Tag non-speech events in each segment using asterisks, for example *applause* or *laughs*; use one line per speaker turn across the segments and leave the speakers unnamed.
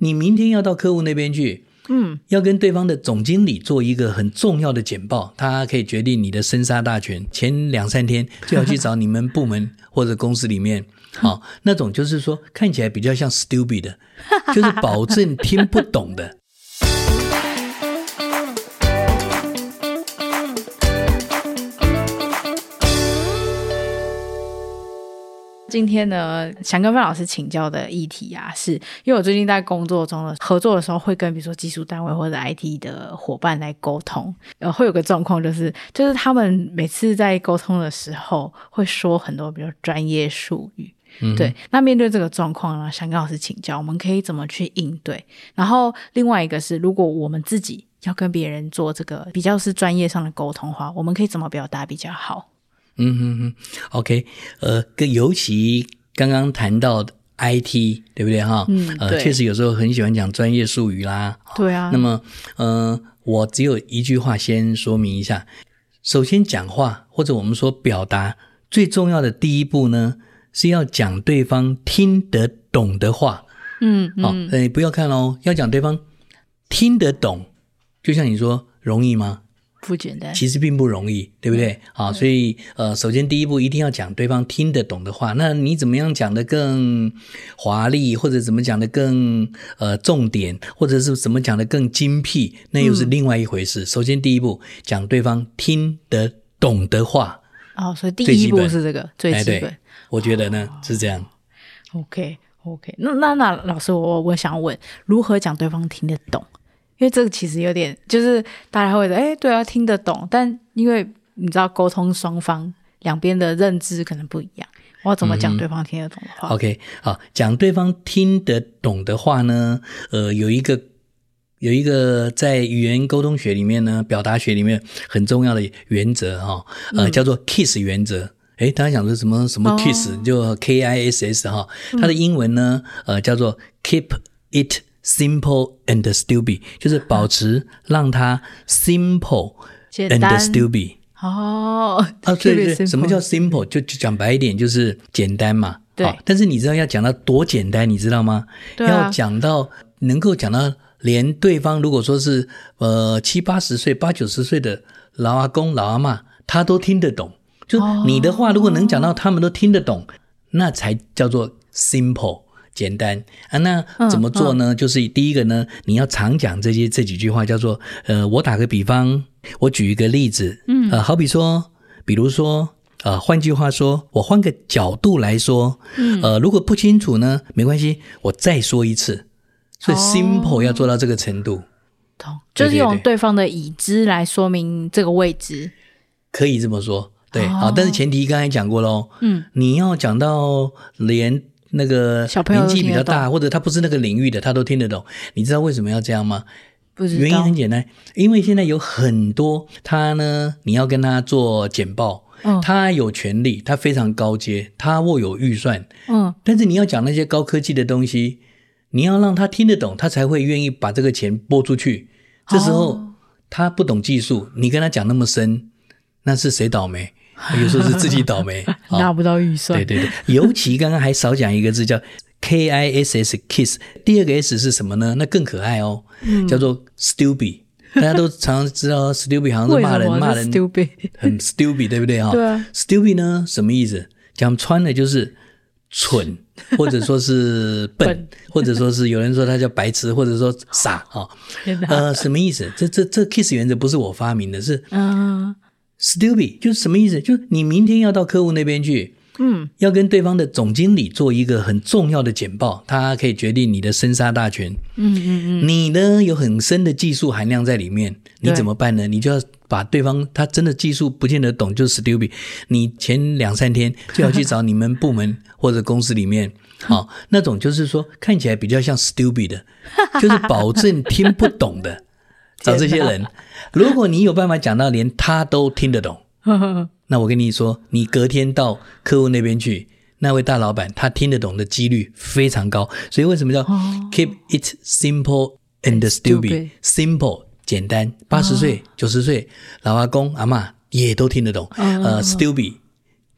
你明天要到客户那边去，
嗯，
要跟对方的总经理做一个很重要的简报，他可以决定你的生杀大权。前两三天就要去找你们部门或者公司里
*laughs*
面，好、那种就是说看起来比较像 stupid 的，就是保证听不懂的。 *laughs*
今天呢，想跟范老师请教的议题啊，是因为我最近在工作中的合作的时候，会跟比如说技术单位或者 IT 的伙伴来沟通，呃，会有个状况就是，就是他们每次在沟通的时候，会说很多比如专业术语。
嗯，
对，那面对这个状况呢，想跟老师请教，我们可以怎么去应对？然后另外一个是，如果我们自己要跟别人做这个比较是专业上的沟通的话，我们可以怎么表达比较好？
嗯哼哼，OK，呃，跟尤其刚刚谈到的 IT，对不对哈？
嗯
呃，
对
确实有时候很喜欢讲专业术语啦。
对啊
那，么，呃，我只有一句话先说明一下。首先，讲话或者我们说表达最重要的第一步呢，是要讲对方听得懂的话。
嗯
好、
嗯，
呃，不要看哦，要讲对方听得懂。就像你说，容易吗？
不简单，
其实并不容易，对不对？好，所以呃，首先第一步一定要讲对方听得懂的话。那你怎么样讲的更华丽，或者怎么讲的更呃重点，或者是怎么讲的更精辟，那又是另外一回事。首先第一步，讲对方听得懂的话，
哦，所以第
最
一
基
步
本
是这个最
哎
基
对
本。
我觉得呢、是这样。
OK OK，那那那老师，我我想问，如何讲对方听得懂？因为这个其实有点，就是大家会说，哎、对啊，听得懂，但因为你知道沟通双方两边的认知可能不一样，我要怎么
嗯
讲对方听得懂的话？
OK，好，讲对方听得懂的话呢，呃，有一个有一个在语言沟通学里面呢，表达学里面很重要的原则哈、呃，叫做 KISS 原则。诶，大家想说什么什么
嗯哦嗯
KISS，、就 K I S S 哈、它的英文呢，呃，叫做 Keep It Simple and Stupid，就是保持让它 simple
简
and
单
stupid。
哦，
啊，对对对，什么叫
simple？
simple？就就讲白一点，就是简单嘛。
对
好但是你知道要讲到多简单，你知道吗？
对啊
要讲到能够讲到连对方如果说是呃七八十岁、八九十岁的老阿公、老阿妈，他都听得懂。就
哦
你的话，如果能讲到他们都听得懂，那才叫做 simple。简单啊，那
嗯
怎么做呢？就是第一个呢，你要常讲这些这几句话，叫做呃，我打个比方，我举一个例子，嗯，呃，好比说，比如说，呃，换句话说，我换个角度来说，嗯，呃，如果不清楚呢，没关系，我再说一次。所以
哦
simple 要做到这个程度，
懂，就是
对对
用
对
对方的已知来说明这个位置。
可以这么说，对，
哦
好，但是前提刚才讲过喽，
嗯，
你要讲到连那个
小朋友
年
都
纪比较
听得
大，或者他不是那个领域的，他都听得懂。你知道为什么要这样吗？
不知道
原因很简单，因为现在有很多他呢，你要跟他做简报，
嗯
他有权利，他非常高阶，他握有预算，
嗯，
但是你要讲那些高科技的东西，你要让他听得懂，他才会愿意把这个钱拨出去。这时候、
哦
他不懂技术，你跟他讲那么深，那是谁倒霉？哎有时候是自己倒
*laughs*
霉。哦好
拿不到预算。
对对对， *laughs* 尤其刚刚还少讲一个字叫 K I S S kiss，第二个 S 是什么呢？那更可爱哦，
嗯
叫做 stupid。大家都常常知道 stupid 好像是
为
骂
什
人
么
骂
是
人
stupid？
很 stupid，对不对哈？
对啊
stupid 呢什么意思？讲穿了就是
*laughs*
蠢，或者说是笨，
笨
或者说是有人说他叫白痴，或者说傻哈。
天哪，
呃，什么意思？这这这 kiss 原则不是我发明的，是
嗯 *laughs*
stupid，就是什么意思？就是你明天要到客户那边去，
嗯，
要跟对方的总经理做一个很重要的简报，他可以决定你的生杀大权。
嗯嗯嗯，
你呢有很深的技术含量在里面，你
对
怎么办呢？你就要把对方他真的技术不见得懂，就是 stupid。你前两三天就要去找你们部门 *laughs* 或者公司里
*laughs*
面，好、那种就是说看起来比较像 stupid 的，就是保证听不懂的，找这些人。如果你有办法讲到连他都听得懂，那我跟你说，你隔天到客户那边去，那位大老板他听得懂的几率非常高。所以为什么叫 keep it simple and
哦 Stupid 啊
stupid？simple 简单，八十岁、九十岁老阿公阿嬷也都听得懂。呃，stupid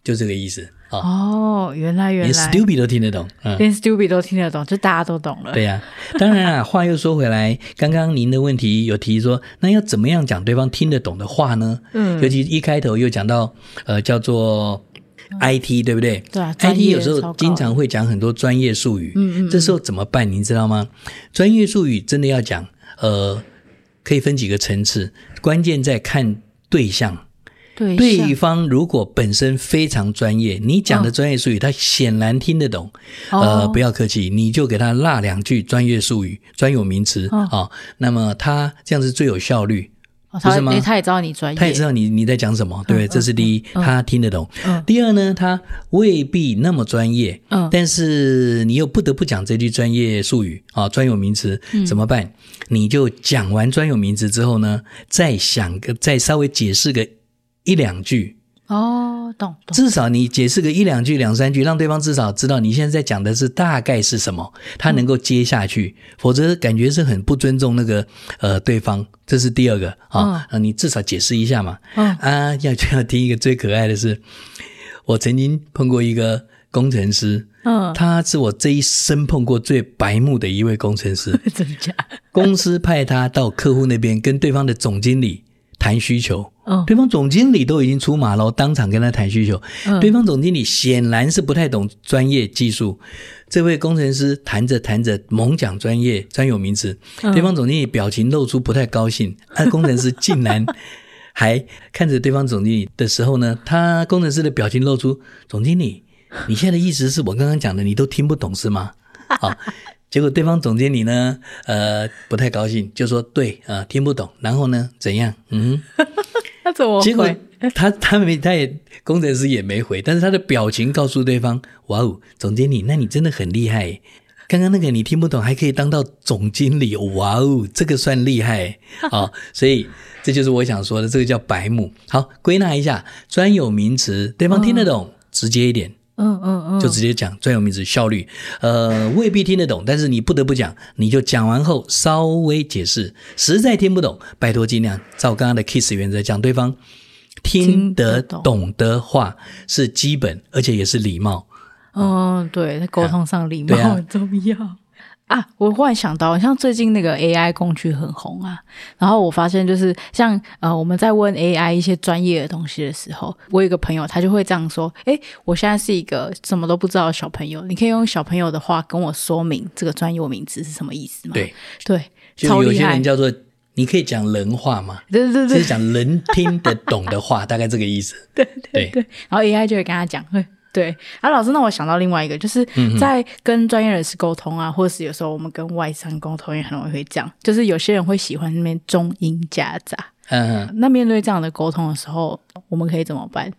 就这个意思。啊，
哦，原来原
连
来，
stupid 都听得懂，嗯。
连 stupid 都听得懂，就大家都懂 *laughs* 了。
对呀、当然啊，话又说回来，刚刚您的问题有提说，那要怎么样讲对方听得懂的话呢？
嗯
尤其一开头又讲到呃叫做 IT，对不对？
嗯对啊专
IT
业
有时
超高
候经常会讲很多专业术语，嗯嗯这时候怎么办？您知道吗？专业术语真的要讲，呃，可以分几个层次，关键在看对象。
对象嗯
对方如果本身非常专业，你讲的专业术语他显然听得懂，呃，
哦
不要客气，你就给他落两句专业术语、专有名词啊、
哦
哦那么他这样是最有效率，
哦
不
他会
是吗
因为他也知道你专业，
他也知道你你在讲什么，对不对？这是第一，他听得懂。
嗯
第二呢，他未必那么专业，
嗯
但是你又不得不讲这句专业术语啊，专有名词
嗯
怎么办？你就讲完专有名词之后呢，再想个，再稍微解释个一两句，
哦，懂懂，
至少你解释个一两句、两三句，让对方至少知道你现在在讲的是大概是什么，他能够接下去，否则感觉是很不尊重那个呃对方。这是第二个啊，那你至少解释一下嘛。
嗯
啊， *laughs* 要要听一个最可爱的是，我曾经碰过一个工程师，
嗯，
他是我这一生碰过最白目的一位工程师。
*laughs* 真的假的？
公司派他到客户那边跟对方的总经理谈需求。
嗯
对方总经理都已经出马了，当场跟他谈需求。
嗯
对方总经理显然是不太懂专业技术，这位工程师谈着谈着猛讲专业专有名词，
嗯
对方总经理表情露出不太高兴，那工程师竟然 *laughs* 还看着对方总经理的时候呢，他工程师的表情露出总经理，你现在的意思是我刚刚讲的你都听不懂是吗？啊，结果对方总经理呢，呃，不太高兴，就说对啊、呃听不懂，然后呢，怎样？嗯哼。
那怎么
结果
会？
他他没他也工程师也没回，但是他的表情告诉对方：“哇哦，总经理，那你真的很厉害耶！刚刚那个你听不懂，还可以当到总经理，哇哦，这个算厉害耶啊、所以这就是我想说的，这个叫白目。好，归纳一下，专有名词对方听得懂，直接一点，
嗯嗯嗯，
就直接讲专有名词效率，呃，未必听得懂，但是你不得不讲，你就讲完后稍微解释，实在听不懂，拜托尽量照刚刚的 KISS 原则讲对方听
听
得
得
懂的话是基本，而且也是礼貌。
嗯，对，在沟通上礼貌
哦对啊
很重要。啊，我忽然想到，像最近那个 AI 工具很红啊，然后我发现就是像呃，我们在问 AI 一些专业的东西的时候，我有一个朋友他就会这样说：“诶，我现在是一个什么都不知道的小朋友，你可以用小朋友的话跟我说明这个专有名词是什么意思吗？”
对，
对，
就
啊超
有
厉
些
害
人，叫做你可以讲人话嘛，
对对
就
对
是讲人听得懂的
*laughs*
话，大概这个意思。
对
对
对对，然后 AI 就会跟他讲， *laughs* 嘿对。啊，老师，那我想到另外一个，就是
嗯
在跟专业人士沟通啊，或是有时候我们跟外商沟通也很容易会这样，就是有些人会喜欢那边中英夹杂。
嗯
那面对这样的沟通的时候，我们可以怎么办？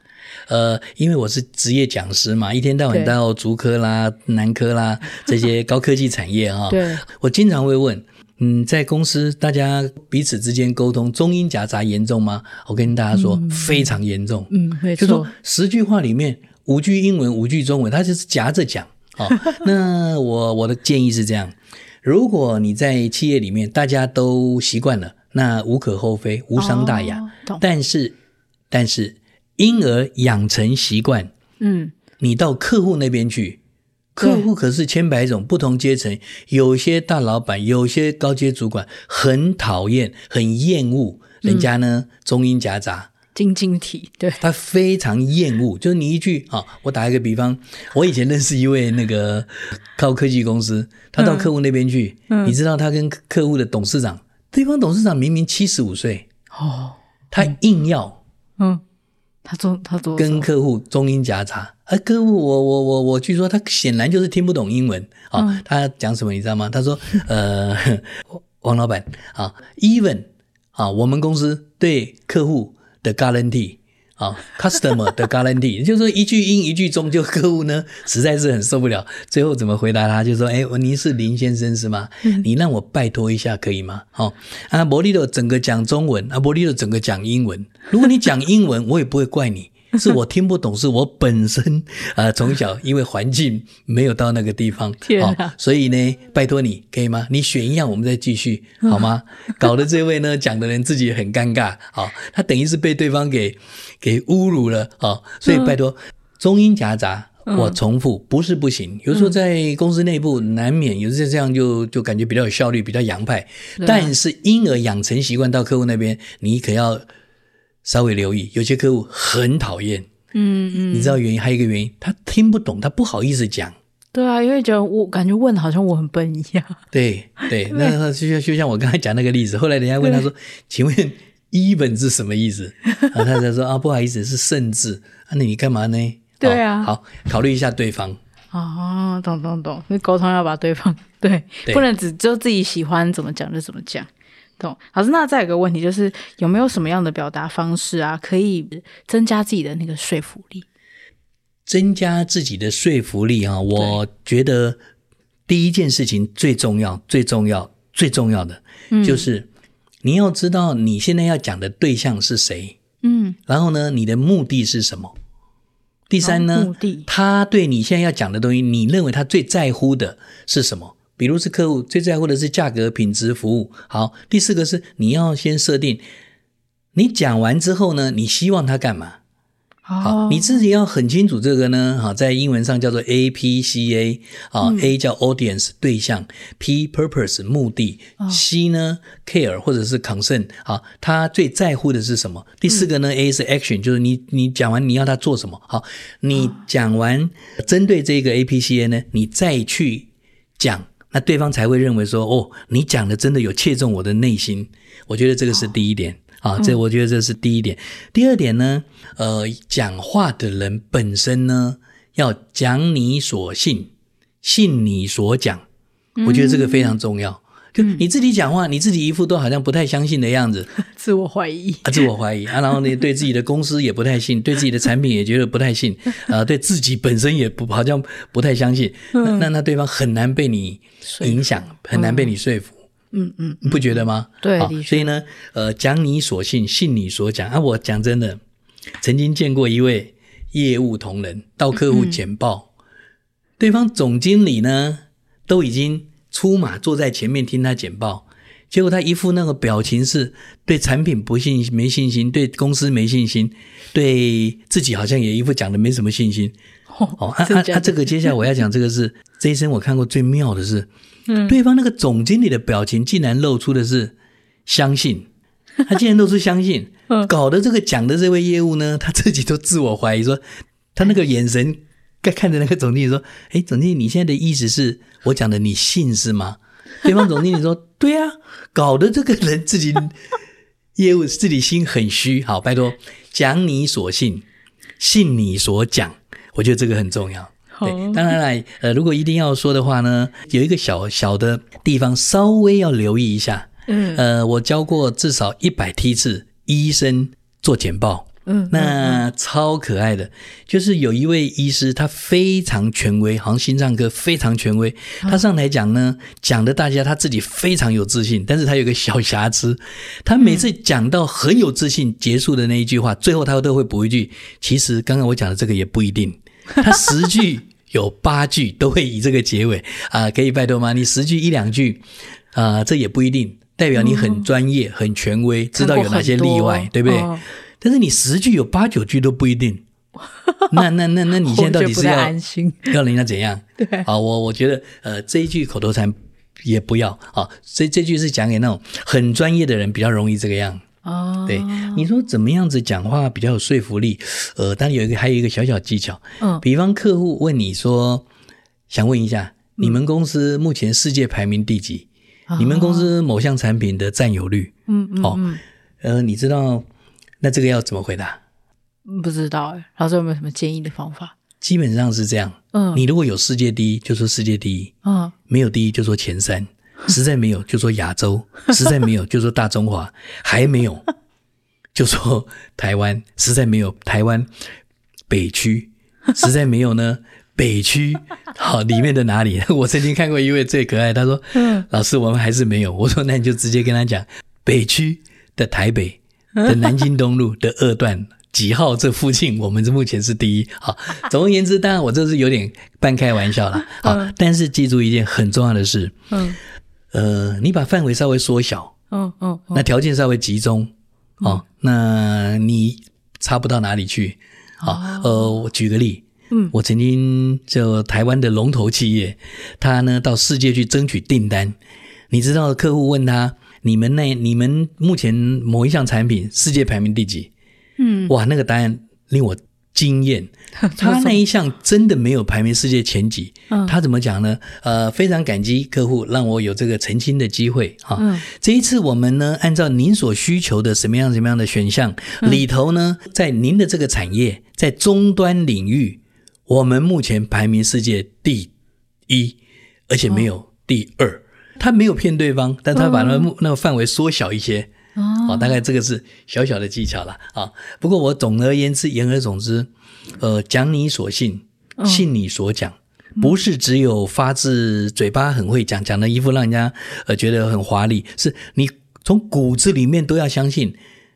呃，因为我是职业讲师嘛，一天到晚
对
到竹科啦、南科啦这些高科技产业啊、
对，
*laughs* 我经常会问，嗯，在公司大家彼此之间沟通中英夹杂严重吗？我跟大家说，非常严重。
嗯，没
就
错
说，十句话里面五句英文，五句中文，它就是夹着讲。
*laughs*
哦，那我我的建议是这样：如果你在企业里面大家都习惯了，那无可厚非，无伤大雅。
哦懂
但是，但是，因而养成习惯，
嗯，
你到客户那边去，
对
客户可是千百种，不同阶层，有些大老板，有些高阶主管很讨厌，很厌恶人家呢、中英夹杂，
晶晶体，对，
他非常厌恶。就是你一句啊、我打一个比方，我以前认识一位那个高科技公司，他到客户那边去，你知道他跟客户的董事长，对方董事长明明七十五岁，
哦，
他硬要。
嗯，他做他做什
跟
么
客户中英夹杂。而客户，我我我我，据说他显然就是听不懂英文啊、
嗯
他讲什么你知道吗？他说，呃， *laughs* 王老板啊，even 啊，我们公司对客户的 guarantee 啊，customer 的 guarantee，也就是 *laughs* 说一句英一句中，就客户呢实在是很受不了。最后怎么回答他？就说，哎，您是林先生是吗？你让我拜托一下可以吗？好、啊，伯利的整个讲中文，啊，伯利的整个讲英文。如果你讲英文，我也不会怪你。是我听不懂，是我本身呃从小因为环境没有到那个地方，
天啊
哦所以呢，拜托你可以吗？你选一样，我们再继续
嗯
好吗？搞得这位呢讲的人自己也哦
嗯
很尴尬，好、他等于是被对方给给侮辱了，哦，所以拜托。中英夹杂。我重复不是不行，有
嗯
时候在公司内部难免有些这样就就感觉比较有效率，比较洋派。
对啊
但是因而养成习惯到客户那边，你可要稍微留意，有些客户很讨厌，
嗯嗯，
你知道原因，还有一个原因，他听不懂，他不好意思讲。
对啊，因为觉得我感觉问得好像我很笨一样。
对
*laughs*
对，那 *laughs* 他就像就像我刚才讲那个例子，后来人家问他说：“请问 even 是什么意思？”
*laughs*
然后他才说：“啊，不好意思，是甚至。”啊，那你干嘛呢？
对啊
哦好，考虑一下对方。
哦，懂懂懂，那沟通要把对方 *laughs* 对，
对
不能只就自己喜欢怎么讲就怎么讲。懂，老师，那再有个问题就是，有没有什么样的表达方式啊，可以增加自己的那个说服力？
增加自己的说服力啊，我觉得第一件事情最重要、最重要、最重要的，
嗯
就是你要知道你现在要讲的对象是谁，
嗯，
然后呢，你的目的是什么。第三
然
呢
后哦目的，
他对你现在要讲的东西，你认为他最在乎的是什么？比如是客户最在乎的是价格、品质、服务。好，第四个是你要先设定，你讲完之后呢，你希望他干嘛？好
哦，，
你自己要很清楚这个呢，哈，在英文上叫做 A P C A 啊、a 叫 audience 对象，P purpose 目的、c 呢 care 或者是 concern 啊，他最在乎的是什么？第四个呢、a 是 action，就是你你讲完你要他做什么？好，你讲完针对这个 A P C A 呢，你再去讲。那对方才会认为说，哦，你讲的真的有切中我的内心。我觉得这个是第一点、啊，这我觉得这是第一点。第二点呢，呃，讲话的人本身呢，要讲你所信，信你所讲，我觉得这个非常重要。就你自己讲话，你自己一副都好像不太相信的样子，
自我怀疑，
啊，自我怀疑啊，然后呢，对自己的公司也不太信，对自己的产品也觉得不太信，啊，对自己本身也不好像不太相信，那那那对方很难被你影响，很难被你说服。
嗯嗯，
你不觉得吗？
对
好
的确
所以呢，呃，讲你所信，信你所讲啊。我讲真的，曾经见过一位业务同仁到客户简报，对方总经理呢都已经出马坐在前面听他简报，结果他一副那个表情是对产品不信没信心，对公司没信心，对自己好像也一副讲的没什么信心。哦，啊
真
啊
的假
啊！
的
这个接下来我要讲这个是这一生我看过最妙的是，对方那个总经理的表情竟然露出的是相信，他竟然露出相信，搞得这个讲的这位业务呢，他自己都自我怀疑说，他那个眼神看看着那个总经理说，哎，总经理你现在的意思是我讲的你信是吗？对方总经理说，对啊，搞得这个人自己业务自己心很虚，好，拜托讲你所信。信你所讲，我觉得这个很重要。对
好，
当然啦，呃，如果一定要说的话呢，有一个小小的地方稍微要留意一下。
嗯
呃，我教过至少一百梯次医生做简报，
嗯，
那超可爱的，就是有一位医师，他非常权威，好像心脏科非常权威。他上台讲呢，讲的大家他自己非常有自信，但是他有个小瑕疵，他每
嗯
次讲到很有自信结束的那一句话，最后他都会补一句：“其实刚刚我讲的这个也不一
*laughs*
定。”他十句有八句都会以这个结尾啊、可以拜托吗？你十句一两句啊、这也不一定。代表你很专业、很权威，知道有哪些例外
嗯看过很多，
对不对？
哦
但是你十句有八九句都不一
*laughs*
定。那那那那 *laughs* 你现在到底
我觉得不
是
太
要
安心？
要人家怎样？
对
*laughs* 好，啊我我觉得呃这一句口头禅也不要啊，这这句是讲给那种很专业的人比较容易这个样。
哦，
对，你说怎么样子讲话比较有说服力？呃，当然有一个还有一个小小技巧，
嗯
比方客户问你说，想问一下
嗯
你们公司目前世界排名第几？你们公司某项产品的占有率？
哦嗯嗯
哦
嗯
呃，你知道那这个要怎么回答？
嗯，不知道哎，老师有没有什么建议的方法？
基本上是这样。
嗯，
你如果有世界第一，就说世界第一；
嗯
没有第一，就说前三；实在没有，就说亚洲；实在没有，就说大中华；还没有，就说台湾；实在没有，台湾北区；实在没有呢，北区好里面的哪里？ *laughs* 我曾经看过一位最可爱，他说：“
嗯
老师，我们还是没有。”我说：“那你就直接跟他讲，北区的台北的南京东路的二段。”几号这附近，我们目前是第一。好， *laughs* 总而言之，当然我这是有点半开玩笑啦。好，但是记住一件很重要的事，
嗯
呃，你把范围稍微缩小，
嗯嗯嗯，
那条件稍微集中，哦哦，那你差不到哪里去。好，呃，我举个例，嗯，我曾经就台湾的龙头企业，他呢到世界去争取订单，你知道客户问他，你们那你们目前某一项产品世界排名第几？
嗯，
哇，那个答案令我惊艳。他
*laughs* 他
那一项真的没有排名世界前几，
嗯
他怎么讲呢？呃，非常感激客户让我有这个澄清的机会哈。
嗯
这一次我们呢，按照您所需求的什么样什么样的选项、
嗯
里头呢，在您的这个产业，在终端领域，我们目前排名世界第一，而且没
哦
有第二。他没有骗对方，但他
嗯
把那个那个范围缩小一些。哦，大概这个是小小的技巧了啊。不过我总而言之，言而总之，呃，讲你所信，信你所讲，不是只有发自嘴巴很会讲，讲的一副让人家呃觉得很华丽，是你从骨子里面都要相信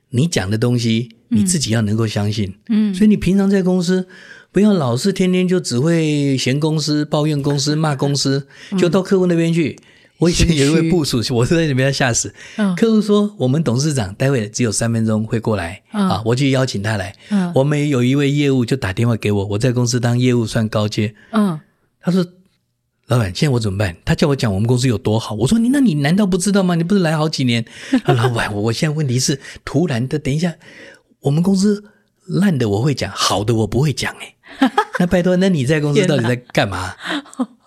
你讲的东西，你自己要能够相信。
嗯
所以你平常在公司。不要老是天天就只会嫌公司、抱怨公司、骂公司，就到客户那边去。我以前有一位部署，我是在里面吓死。
嗯
客户说，我们董事长待会只有三分钟会过来、
嗯
啊，我去邀请他来。
嗯
我们有一位业务就打电话给我，我在公司当业务算高阶。
嗯
他说：“老板，现在我怎么办？”他叫我讲我们公司有多好。我说：“你那你难道不知道吗？你不是来好几年？” *laughs* 他说：“老板，我我现在问题是突然的，等一下，我们公司烂的我会讲，好的我不会讲。”
*laughs*
哎，那拜托，那你在公司到底在干嘛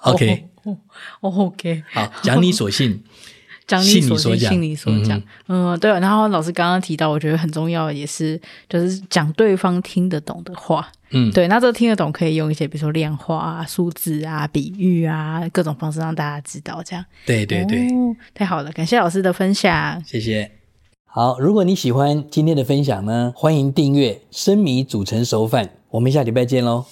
？OK，
哦哦哦 OK，
好，讲你所信。
讲
信
你
你
所
所
见，
讲
信你所讲。嗯，对。然后老师刚刚提到，我觉得很重要，也是就是讲对方听得懂的话。
嗯
对。那这个听得懂可以用一些，比如说量化啊、数字啊、比喻啊，各种方式让大家知道。这样，
对对对。
哦，太好了，感谢老师的分享。
谢谢。好，如果你喜欢今天的分享呢，欢迎订阅《生米煮成熟饭》，我们下礼拜见喽。